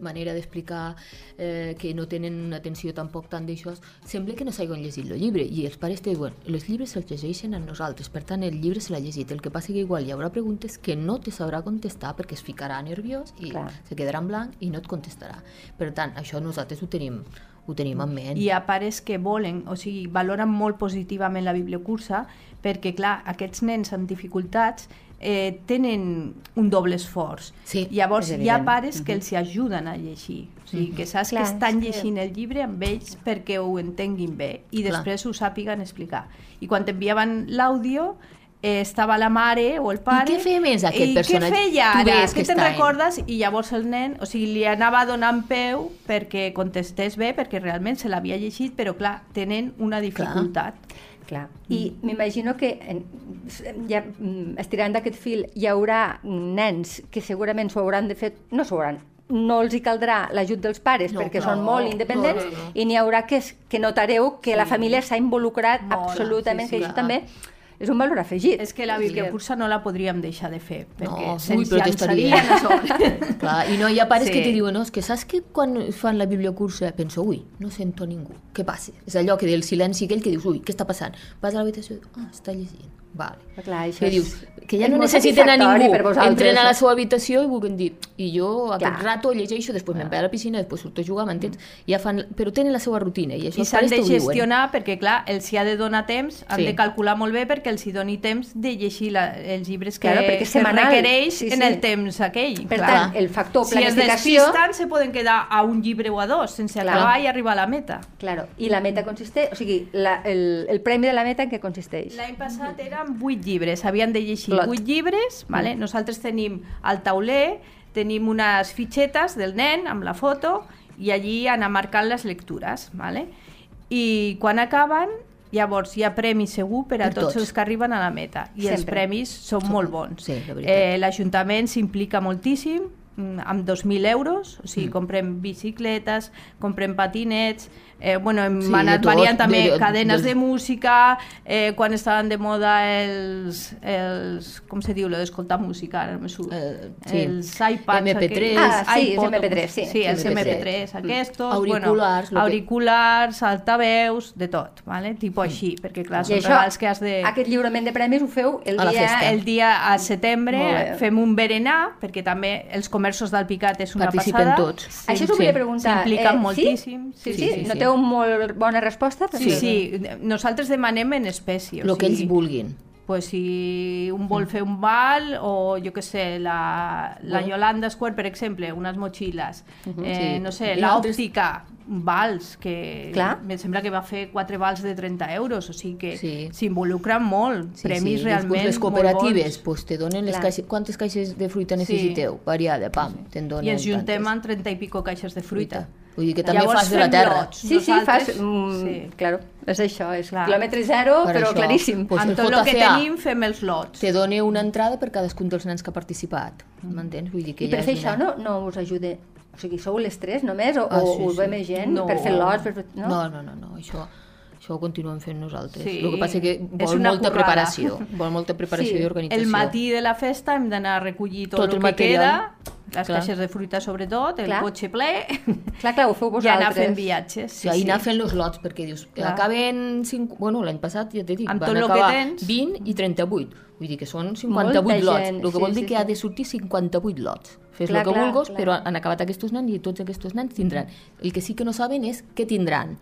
Speaker 3: manera d'explicar eh, que no tenen una atenció tampoc tant d'això, sembla que no s'hagin llegit el llibre i els pares te diuen, els llibres els llegeixen a nosaltres, per tant el llibre se l'ha llegit el que passa que igual hi haurà preguntes que no te sabrà contestar perquè es ficarà nerviós i
Speaker 2: Clar.
Speaker 3: clar. se quedarà en blanc i no et contestarà per tant, això nosaltres ho tenim ho tenim en ment
Speaker 4: Hi ha pares que volen, o sigui, valoren molt positivament la bibliocursa perquè, clar, aquests nens amb dificultats eh, tenen un doble esforç.
Speaker 3: Sí,
Speaker 4: Llavors,
Speaker 2: és
Speaker 4: hi ha
Speaker 2: evident.
Speaker 4: pares que els hi ajuden a llegir. O sigui, que saps
Speaker 2: Clar,
Speaker 4: que estan
Speaker 2: és que-
Speaker 4: llegint el llibre amb ells perquè ho entenguin bé i
Speaker 3: Clar.
Speaker 4: després ho sàpiguen explicar. I quan t'enviaven l'àudio, eh, estava la mare o el pare...
Speaker 3: què feia més aquest
Speaker 4: "I
Speaker 3: personatge?
Speaker 4: Què feia
Speaker 3: Tu
Speaker 4: ara?
Speaker 3: veies
Speaker 4: Què
Speaker 3: que
Speaker 4: te'n
Speaker 3: està en-
Speaker 4: recordes? preguntes i llavors el nen, o sigui, li anava donant peu perquè contestés bé, perquè realment se l'havia llegit, però clar, tenen una dificultat.
Speaker 2: Clar. I m'imagino que en- s- ja, mm, estirant d'aquest fil hi haurà nens que segurament s'ho hauran de fer... No s'ho hauran, no els hi caldrà l'ajut dels pares
Speaker 3: No,
Speaker 2: perquè
Speaker 3: clar.
Speaker 2: són molt
Speaker 3: No,
Speaker 2: independents
Speaker 3: no, no, no.
Speaker 2: i n'hi haurà que, es- que notareu que la família s'ha involucrat
Speaker 4: Molt,
Speaker 2: absolutament,
Speaker 4: sí,
Speaker 2: que
Speaker 4: sí,
Speaker 2: això
Speaker 3: clar.
Speaker 2: també és un valor afegit.
Speaker 4: És que la bibliocursa no la podríem deixar de fer, perquè
Speaker 3: No,
Speaker 4: se'ns
Speaker 3: ui, però
Speaker 4: llançaria
Speaker 3: t'estaria.
Speaker 4: a sobre.
Speaker 3: Clar, I no hi ha pares
Speaker 4: Sí.
Speaker 3: sí. que te diuen, no, és que saps que quan fan la bibliocursa penso, ui, no sento ningú, què passa? És allò que del silenci aquell que dius, ui, què està passant? Vas a l'habitació, ah, està llegint, vale.
Speaker 2: Però clar, això
Speaker 3: que
Speaker 2: és-
Speaker 3: dius, que ja
Speaker 2: és
Speaker 3: no
Speaker 2: molt
Speaker 3: necessiten a
Speaker 2: satisfactori
Speaker 3: ningú,
Speaker 2: per vosaltres,
Speaker 3: entren a
Speaker 2: eh?
Speaker 3: la seva habitació i vulguin dir, i jo
Speaker 2: Clar.
Speaker 3: aquest rato llegeixo, després me'n vaig a la piscina, després surto a jugar, m'entens? Ja fan... Però tenen la seva rutina i això
Speaker 4: I
Speaker 3: els
Speaker 4: s'han
Speaker 3: pares
Speaker 4: de
Speaker 3: t'ho diuen.
Speaker 4: gestionar perquè, clar, els hi ha de donar temps, han
Speaker 3: Sí.
Speaker 4: de calcular molt bé perquè els hi doni temps de llegir la, els llibres que,
Speaker 2: Claro, perquè és
Speaker 4: que
Speaker 2: setmanal.
Speaker 4: requereix
Speaker 2: Sí,
Speaker 4: en
Speaker 2: sí.
Speaker 4: el temps aquell.
Speaker 2: Per
Speaker 4: clar.
Speaker 2: tant, el factor
Speaker 4: si es
Speaker 2: planificació-
Speaker 4: despisten, se poden quedar a un llibre o a dos, sense
Speaker 2: Clar.
Speaker 4: acabar i arribar a la meta.
Speaker 2: Claro. I la meta consisteix... O sigui, la, el, el premi de la meta en què consisteix?
Speaker 4: L'any passat eren 8 llibres, havien de llegir
Speaker 2: Lot.
Speaker 4: 8 llibres, vale? nosaltres tenim el tauler, tenim unes fitxetes del nen amb la foto i allí anar marcant les lectures. Vale? I quan acaben, llavors hi ha premi segur per a
Speaker 3: Per
Speaker 4: tots,
Speaker 3: tots.
Speaker 4: els que arriben a la meta. I els
Speaker 2: Sempre.
Speaker 4: premis són molt bons.
Speaker 3: sí, la veritat.
Speaker 4: eh, L'Ajuntament s'implica moltíssim, mm, amb 2.000 euros, o sigui, comprem bicicletes, comprem patinets, eh, bueno, hem
Speaker 3: Sí,
Speaker 4: sí, anat
Speaker 3: de tot,
Speaker 4: variant també
Speaker 3: de- de-
Speaker 4: cadenes
Speaker 3: dels-
Speaker 4: de música, eh, quan estaven de moda els, els com se diu, lo d'escoltar música, ara no me surt,
Speaker 3: Eh, sí.
Speaker 4: els iPads,
Speaker 3: MP3.
Speaker 4: aquells,
Speaker 2: Ah, sí, els
Speaker 4: iPod,
Speaker 2: MP3, sí.
Speaker 4: sí, els
Speaker 3: MP3.
Speaker 4: MP3, aquests,
Speaker 3: Auriculars, lo
Speaker 4: bueno,
Speaker 3: que-
Speaker 4: auriculars, altaveus, de tot, vale? tipo així, perquè clar,
Speaker 2: I
Speaker 4: són
Speaker 2: això,
Speaker 4: regals que has de...
Speaker 2: aquest lliurament de premis ho feu el
Speaker 3: A la
Speaker 2: dia...
Speaker 3: festa.
Speaker 4: El dia a
Speaker 2: Molt bé.
Speaker 4: setembre fem un berenar, perquè també els comerços d'Alpicat és una
Speaker 3: Participen
Speaker 4: passada.
Speaker 3: tots.
Speaker 4: Sí,
Speaker 2: Això us ho
Speaker 3: sí.
Speaker 2: volia preguntar. eh,
Speaker 4: S'impliquen
Speaker 2: sí?
Speaker 4: moltíssim.
Speaker 2: Sí, sí,
Speaker 4: Sí,
Speaker 2: sí,
Speaker 3: sí, sí.
Speaker 2: Noteu molt bona resposta?
Speaker 4: Sí, sí, nosaltres demanem en espècie.
Speaker 3: El que ells vulguin.
Speaker 4: Pues si un vol fer un bal o jo que sé, la, la
Speaker 3: Bueno.
Speaker 4: Yolanda Square, per exemple, unes motxilles, eh,
Speaker 3: sí.
Speaker 4: no sé,
Speaker 3: I
Speaker 4: la
Speaker 3: altres-
Speaker 4: òptica, vals, que
Speaker 2: Clar.
Speaker 4: em sembla que va fer quatre vals de 30 euros, o
Speaker 3: Sí.
Speaker 4: sigui que s'involucren molt, premis realment
Speaker 3: Després les
Speaker 4: molt
Speaker 3: cooperatives
Speaker 4: bons.
Speaker 3: pues, te donen les
Speaker 2: Clar.
Speaker 3: caixes, quantes caixes de fruita
Speaker 4: Sí.
Speaker 3: necessiteu? Variada, pam, te'n donen
Speaker 4: I ens juntem
Speaker 3: tantes.
Speaker 4: en 30 i pico caixes de fruita.
Speaker 3: Vull dir que també fas de la
Speaker 4: fem
Speaker 3: terra.
Speaker 4: lots.
Speaker 2: Sí, sí, fas...
Speaker 4: Nosaltres-
Speaker 2: Mm, sí.
Speaker 4: sí.
Speaker 2: Claro, és això, és
Speaker 4: Clar.
Speaker 2: quilòmetre zero,
Speaker 3: Per
Speaker 2: però
Speaker 3: això,
Speaker 2: claríssim.
Speaker 3: pues,
Speaker 4: amb
Speaker 3: el
Speaker 4: tot el que
Speaker 3: JCA.
Speaker 4: tenim fem els lots.
Speaker 3: Te dona una entrada per cadascun dels nens que ha participat. M'entens? Vull dir que
Speaker 2: I per
Speaker 3: ja
Speaker 2: fer
Speaker 3: és
Speaker 2: això
Speaker 3: una-
Speaker 2: no, no us ajuda... O sigui, sou les tres només? O,
Speaker 3: Ah,
Speaker 2: o
Speaker 3: sí,
Speaker 2: us ve
Speaker 3: sí.
Speaker 2: més gent
Speaker 4: No.
Speaker 2: per fer lots? Per... fer-
Speaker 3: No, no, no, no, no. Això, això ho continuem fent nosaltres.
Speaker 4: Sí,
Speaker 3: El que passa que
Speaker 4: és
Speaker 3: vol
Speaker 4: una
Speaker 3: molta
Speaker 4: currada.
Speaker 3: preparació. Vol molta preparació
Speaker 2: Sí,
Speaker 3: i
Speaker 2: el
Speaker 3: organització.
Speaker 4: El matí de la festa hem d'anar a recollir tot,
Speaker 3: Tot el
Speaker 4: el que
Speaker 3: material.
Speaker 4: queda, les
Speaker 3: Clar.
Speaker 4: caixes de fruita sobretot, el
Speaker 2: Clar.
Speaker 4: cotxe ple,
Speaker 2: Clar, clar, ho feu
Speaker 4: i
Speaker 2: vosaltres.
Speaker 4: anar fent viatges.
Speaker 3: Sí, sí. I anar fent els lots, perquè dius,
Speaker 4: Clar.
Speaker 3: acaben... Cinc... Bueno, l'any passat, ja t'he dit,
Speaker 4: Amb
Speaker 3: van
Speaker 4: tot lo que
Speaker 3: acabar
Speaker 4: tens.
Speaker 3: 20 i 38. Vull dir que són 58
Speaker 2: Molta
Speaker 3: lots.
Speaker 2: gent,
Speaker 3: El que
Speaker 2: sí,
Speaker 3: vol dir
Speaker 2: sí,
Speaker 3: que
Speaker 2: sí.
Speaker 3: ha de sortir 58 lots. Fes
Speaker 2: Clar,
Speaker 3: el que
Speaker 2: clar,
Speaker 3: vulguis,
Speaker 2: clar.
Speaker 3: però han acabat aquests nens i tots aquests nens tindran. El que sí que no saben és què tindran.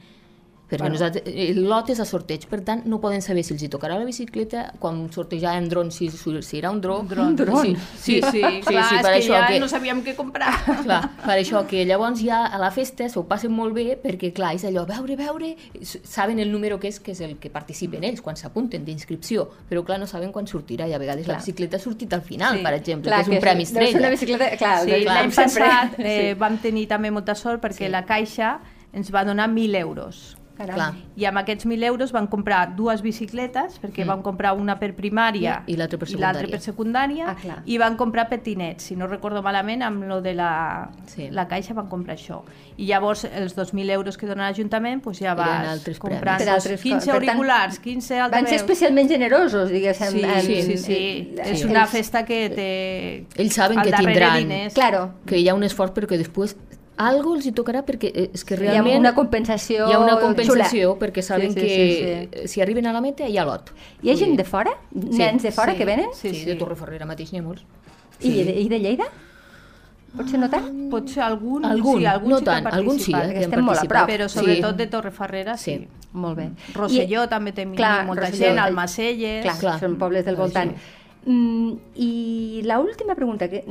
Speaker 3: Perquè bueno. nosaltres, el lot és a sorteig, per tant, no poden saber si els hi tocarà la bicicleta, quan sortejarem drons, si, si si serà un dró. Un
Speaker 4: dron.
Speaker 3: Sí,
Speaker 4: Sí, sí, clar, és
Speaker 3: per
Speaker 4: que
Speaker 3: això
Speaker 4: ja no sabíem què comprar.
Speaker 3: Clar, per això que llavors ja a la festa s'ho passen molt bé perquè, clar, és allò, veure, veure, s- saben el número que és, que és el que participen ells quan s'apunten d'inscripció, però clar, no saben quan sortirà i a vegades clar. la bicicleta ha sortit al final,
Speaker 4: Sí.
Speaker 3: sí. per exemple, clar, que és un
Speaker 2: que
Speaker 3: premi
Speaker 2: deu ser
Speaker 3: estrella.
Speaker 2: una bicicleta... Clar,
Speaker 4: Sí,
Speaker 2: clar,
Speaker 4: L'any
Speaker 2: sempre.
Speaker 4: passat eh, vam tenir també molta sort perquè la Caixa ens va donar 1.000 euros.
Speaker 2: Caram.
Speaker 3: Clar.
Speaker 4: I amb aquests 1.000 euros van comprar dues bicicletes, perquè mm. van comprar una per primària
Speaker 3: I l'altra per
Speaker 4: i l'altra
Speaker 3: secundària.
Speaker 4: per secundària,
Speaker 2: Ah, clar.
Speaker 4: i van comprar patinets, si no recordo malament, amb lo de la,
Speaker 3: Sí.
Speaker 4: sí. la caixa van comprar això. I llavors els 2.000 euros que dona l'Ajuntament doncs ja
Speaker 3: Eren
Speaker 4: vas
Speaker 3: altres
Speaker 4: comprant
Speaker 2: Per
Speaker 4: doncs,
Speaker 2: altres
Speaker 4: 15
Speaker 2: coses. Per tant,
Speaker 4: auriculars, 15
Speaker 2: Van ser
Speaker 4: altaveus...
Speaker 2: especialment generosos, diguéssim.
Speaker 4: Sí,
Speaker 2: en-
Speaker 4: sí, sí, sí.
Speaker 2: en-
Speaker 4: És
Speaker 2: en-
Speaker 4: una
Speaker 2: els-
Speaker 4: festa que té...
Speaker 3: Ells saben
Speaker 4: al
Speaker 3: que
Speaker 4: darrere
Speaker 3: tindran.
Speaker 4: Diners.
Speaker 2: Claro,
Speaker 3: Que hi ha un esforç perquè després algo els hi tocarà perquè eh, és que
Speaker 2: hi ha
Speaker 3: realment
Speaker 2: una compensació
Speaker 3: hi ha una compensació
Speaker 2: xula.
Speaker 3: perquè saben
Speaker 2: Sí, sí,
Speaker 3: que
Speaker 2: sí,
Speaker 3: eh, si arriben a la meta hi ha lot.
Speaker 2: Hi ha gent de fora? Nens de fora
Speaker 4: sí.
Speaker 2: que venen?
Speaker 3: Sí,
Speaker 4: Sí,
Speaker 3: sí,
Speaker 4: sí.
Speaker 3: de Torrefarrera mateix n'hi ha molts.
Speaker 2: I, de, I de Lleida? Potser no tant?
Speaker 4: Potser algun,
Speaker 3: Algun,
Speaker 4: sí, algun
Speaker 3: no
Speaker 4: sí que
Speaker 3: tant,
Speaker 4: ha
Speaker 3: algun sí,
Speaker 4: participat,
Speaker 3: eh, que
Speaker 2: que
Speaker 3: han
Speaker 2: estem molt a
Speaker 3: participat.
Speaker 2: prop.
Speaker 4: Però
Speaker 3: Sí.
Speaker 4: sobretot de Torrefarrera, sí.
Speaker 3: Sí.
Speaker 2: Molt bé.
Speaker 4: Rosselló també té
Speaker 2: Clar,
Speaker 4: molta
Speaker 2: Rosselló.
Speaker 4: gent, Almacelles...
Speaker 2: Clar,
Speaker 3: Clar.
Speaker 2: clar, són pobles del
Speaker 3: Clar,
Speaker 2: voltant.
Speaker 3: sí.
Speaker 2: Mm, I la última pregunta, que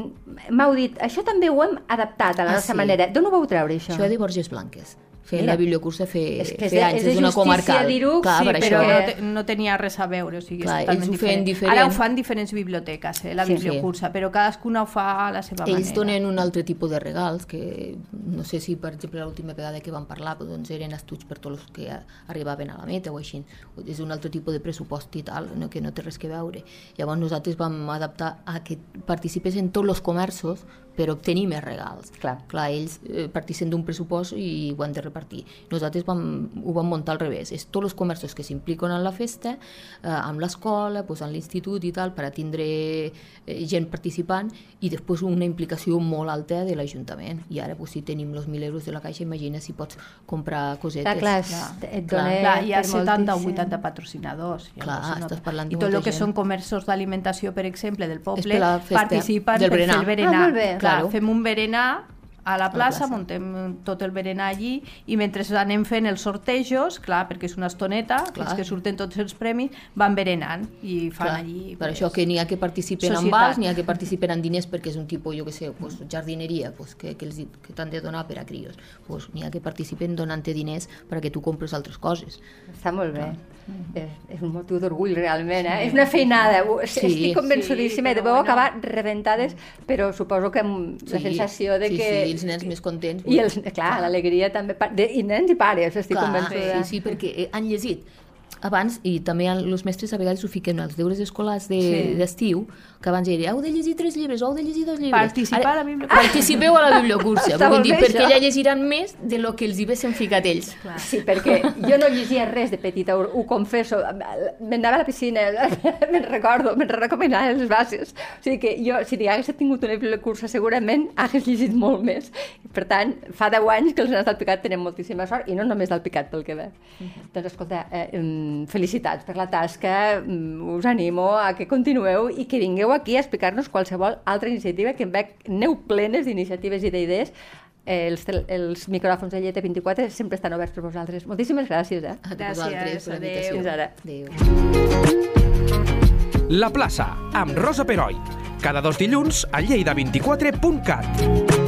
Speaker 2: m'heu dit, això també ho hem adaptat a la
Speaker 3: Ah,
Speaker 2: nostra
Speaker 3: sí.
Speaker 2: manera. D'on ho vau treure, això?
Speaker 3: Això de Borges Blanques. Fent
Speaker 2: Mira.
Speaker 3: la bibliocursa fer,
Speaker 2: És que és
Speaker 3: fer
Speaker 2: de-
Speaker 3: anys,
Speaker 2: és de
Speaker 3: és una
Speaker 2: justícia
Speaker 3: comarcal.
Speaker 2: dir-ho,
Speaker 3: Clar,
Speaker 4: sí,
Speaker 3: per
Speaker 4: però
Speaker 3: això.
Speaker 4: no, te, no tenia res a veure, o sigui,
Speaker 3: Clar,
Speaker 4: és totalment
Speaker 3: ells ho feien
Speaker 4: diferent.
Speaker 3: diferent.
Speaker 4: Ara ho fan diferents biblioteques, eh, la
Speaker 2: Sí.
Speaker 4: bibliocursa, però cadascuna ho fa a la
Speaker 2: tota
Speaker 4: seva
Speaker 3: Ells
Speaker 4: manera.
Speaker 3: donen un altre tipus de regals que no sé si, per exemple, l'última vegada que vam parlar doncs eren estuts per tots els que a- arribaven a la meta o així. És un altre tipus de pressupost i tal, no, que no té res que veure. Llavors nosaltres vam adaptar a que participés en tots els comerços per obtenir més regals.
Speaker 2: Clar.
Speaker 3: Clar, ells eh, parteixen d'un pressupost i ho han de repartir. Nosaltres vam, ho vam muntar al revés. És tots els comerços que s'impliquen en la festa, eh, amb l'escola, pues, en l'institut i tal, per a tindre eh, gent participant i després una implicació molt alta de l'Ajuntament. I ara, pues, si tenim els 1.000 euros de la caixa, imagina si pots comprar cosetes.
Speaker 2: Clar, clar, es-
Speaker 4: Clar,
Speaker 2: et
Speaker 3: clar.
Speaker 2: dona
Speaker 4: Clar, hi ha
Speaker 2: per
Speaker 4: 70 o
Speaker 2: moltíssim.
Speaker 4: 80 patrocinadors. llavors
Speaker 3: Clar,
Speaker 4: no-
Speaker 3: estàs parlant de
Speaker 4: I tot
Speaker 3: molta
Speaker 4: el que
Speaker 3: gent.
Speaker 4: són comerços d'alimentació, per exemple, del
Speaker 3: per
Speaker 4: poble,
Speaker 3: la festa
Speaker 4: participen
Speaker 3: del
Speaker 4: per fer
Speaker 3: berenar.
Speaker 4: el berenar.
Speaker 2: Ah, molt bé.
Speaker 4: Clar,
Speaker 3: Claro.
Speaker 4: fem un berenar a la plaça,
Speaker 3: plaça.
Speaker 4: muntem tot el berenar allí i mentre anem fent els sortejos, clar, perquè és una estoneta,
Speaker 3: Clar.
Speaker 4: clar. els que surten tots els premis van berenant i fan
Speaker 3: Clar,
Speaker 4: allí...
Speaker 3: per
Speaker 4: pues,
Speaker 3: això que n'hi ha que participen en
Speaker 4: societat.
Speaker 3: bars, n'hi ha que participen en diners perquè és un tipus, jo que sé, pues, jardineria pues, que, que, els hi- que t'han de donar per a crios pues, n'hi ha que participen donant-te diners perquè tu compres altres coses
Speaker 2: Està molt bé. És, és un motiu d'orgull, realment, eh? És una feinada. ho-
Speaker 3: Sí.
Speaker 2: Estic convençudíssima. Sí,
Speaker 4: Sí, però
Speaker 2: Deveu
Speaker 4: bueno.
Speaker 2: acabar reventades, però suposo que amb la sensació de
Speaker 3: sí,
Speaker 2: que...
Speaker 3: sí, els nens més contents
Speaker 2: I els, clar, l'alegria també... pa- De, I nens i pares, estic
Speaker 3: clar,
Speaker 2: convençuda.
Speaker 3: sí, sí, perquè eh, han llegit abans, i també els mestres a vegades ho fiquen als deures escolars de-
Speaker 4: Sí.
Speaker 3: d'estiu, que abans era, heu de llegir tres llibres, heu de llegir dos llibres.
Speaker 4: Participar a la bibliocursa.
Speaker 3: Participeu a la bibliocursa,
Speaker 2: Està
Speaker 3: vull
Speaker 2: molt
Speaker 3: dir,
Speaker 2: bé,
Speaker 3: perquè
Speaker 2: això.
Speaker 3: ja llegiran més de lo que els hi haguessin ficat ells.
Speaker 2: Sí, perquè jo no llegia res de petita, ho, ho confesso. M'anava a la piscina, me'n recordo, me'n recomanaven les bases. O sigui que jo, si n'hi hagués tingut una bibliocursa, segurament hagués llegit molt més. Per tant, fa 10 anys que els nens del Picat tenen moltíssima sort, i no només del Picat pel que ve. Doncs escolta, eh, em, felicitats per la tasca, em, us animo a que continueu i que vingueu aquí a explicar-nos qualsevol altra iniciativa, que en veig neu plenes d'iniciatives i d'idees Eh, els, tel- els micròfons de Lleta 24 sempre estan oberts per vosaltres. Moltíssimes gràcies, eh?
Speaker 3: A
Speaker 4: Gràcies,
Speaker 3: vosaltres per
Speaker 4: adéu.
Speaker 3: l'habitació.
Speaker 2: Fins ara.
Speaker 3: Adéu.
Speaker 1: La plaça, amb Rosa Peroi. Cada dos dilluns a lleida24.cat.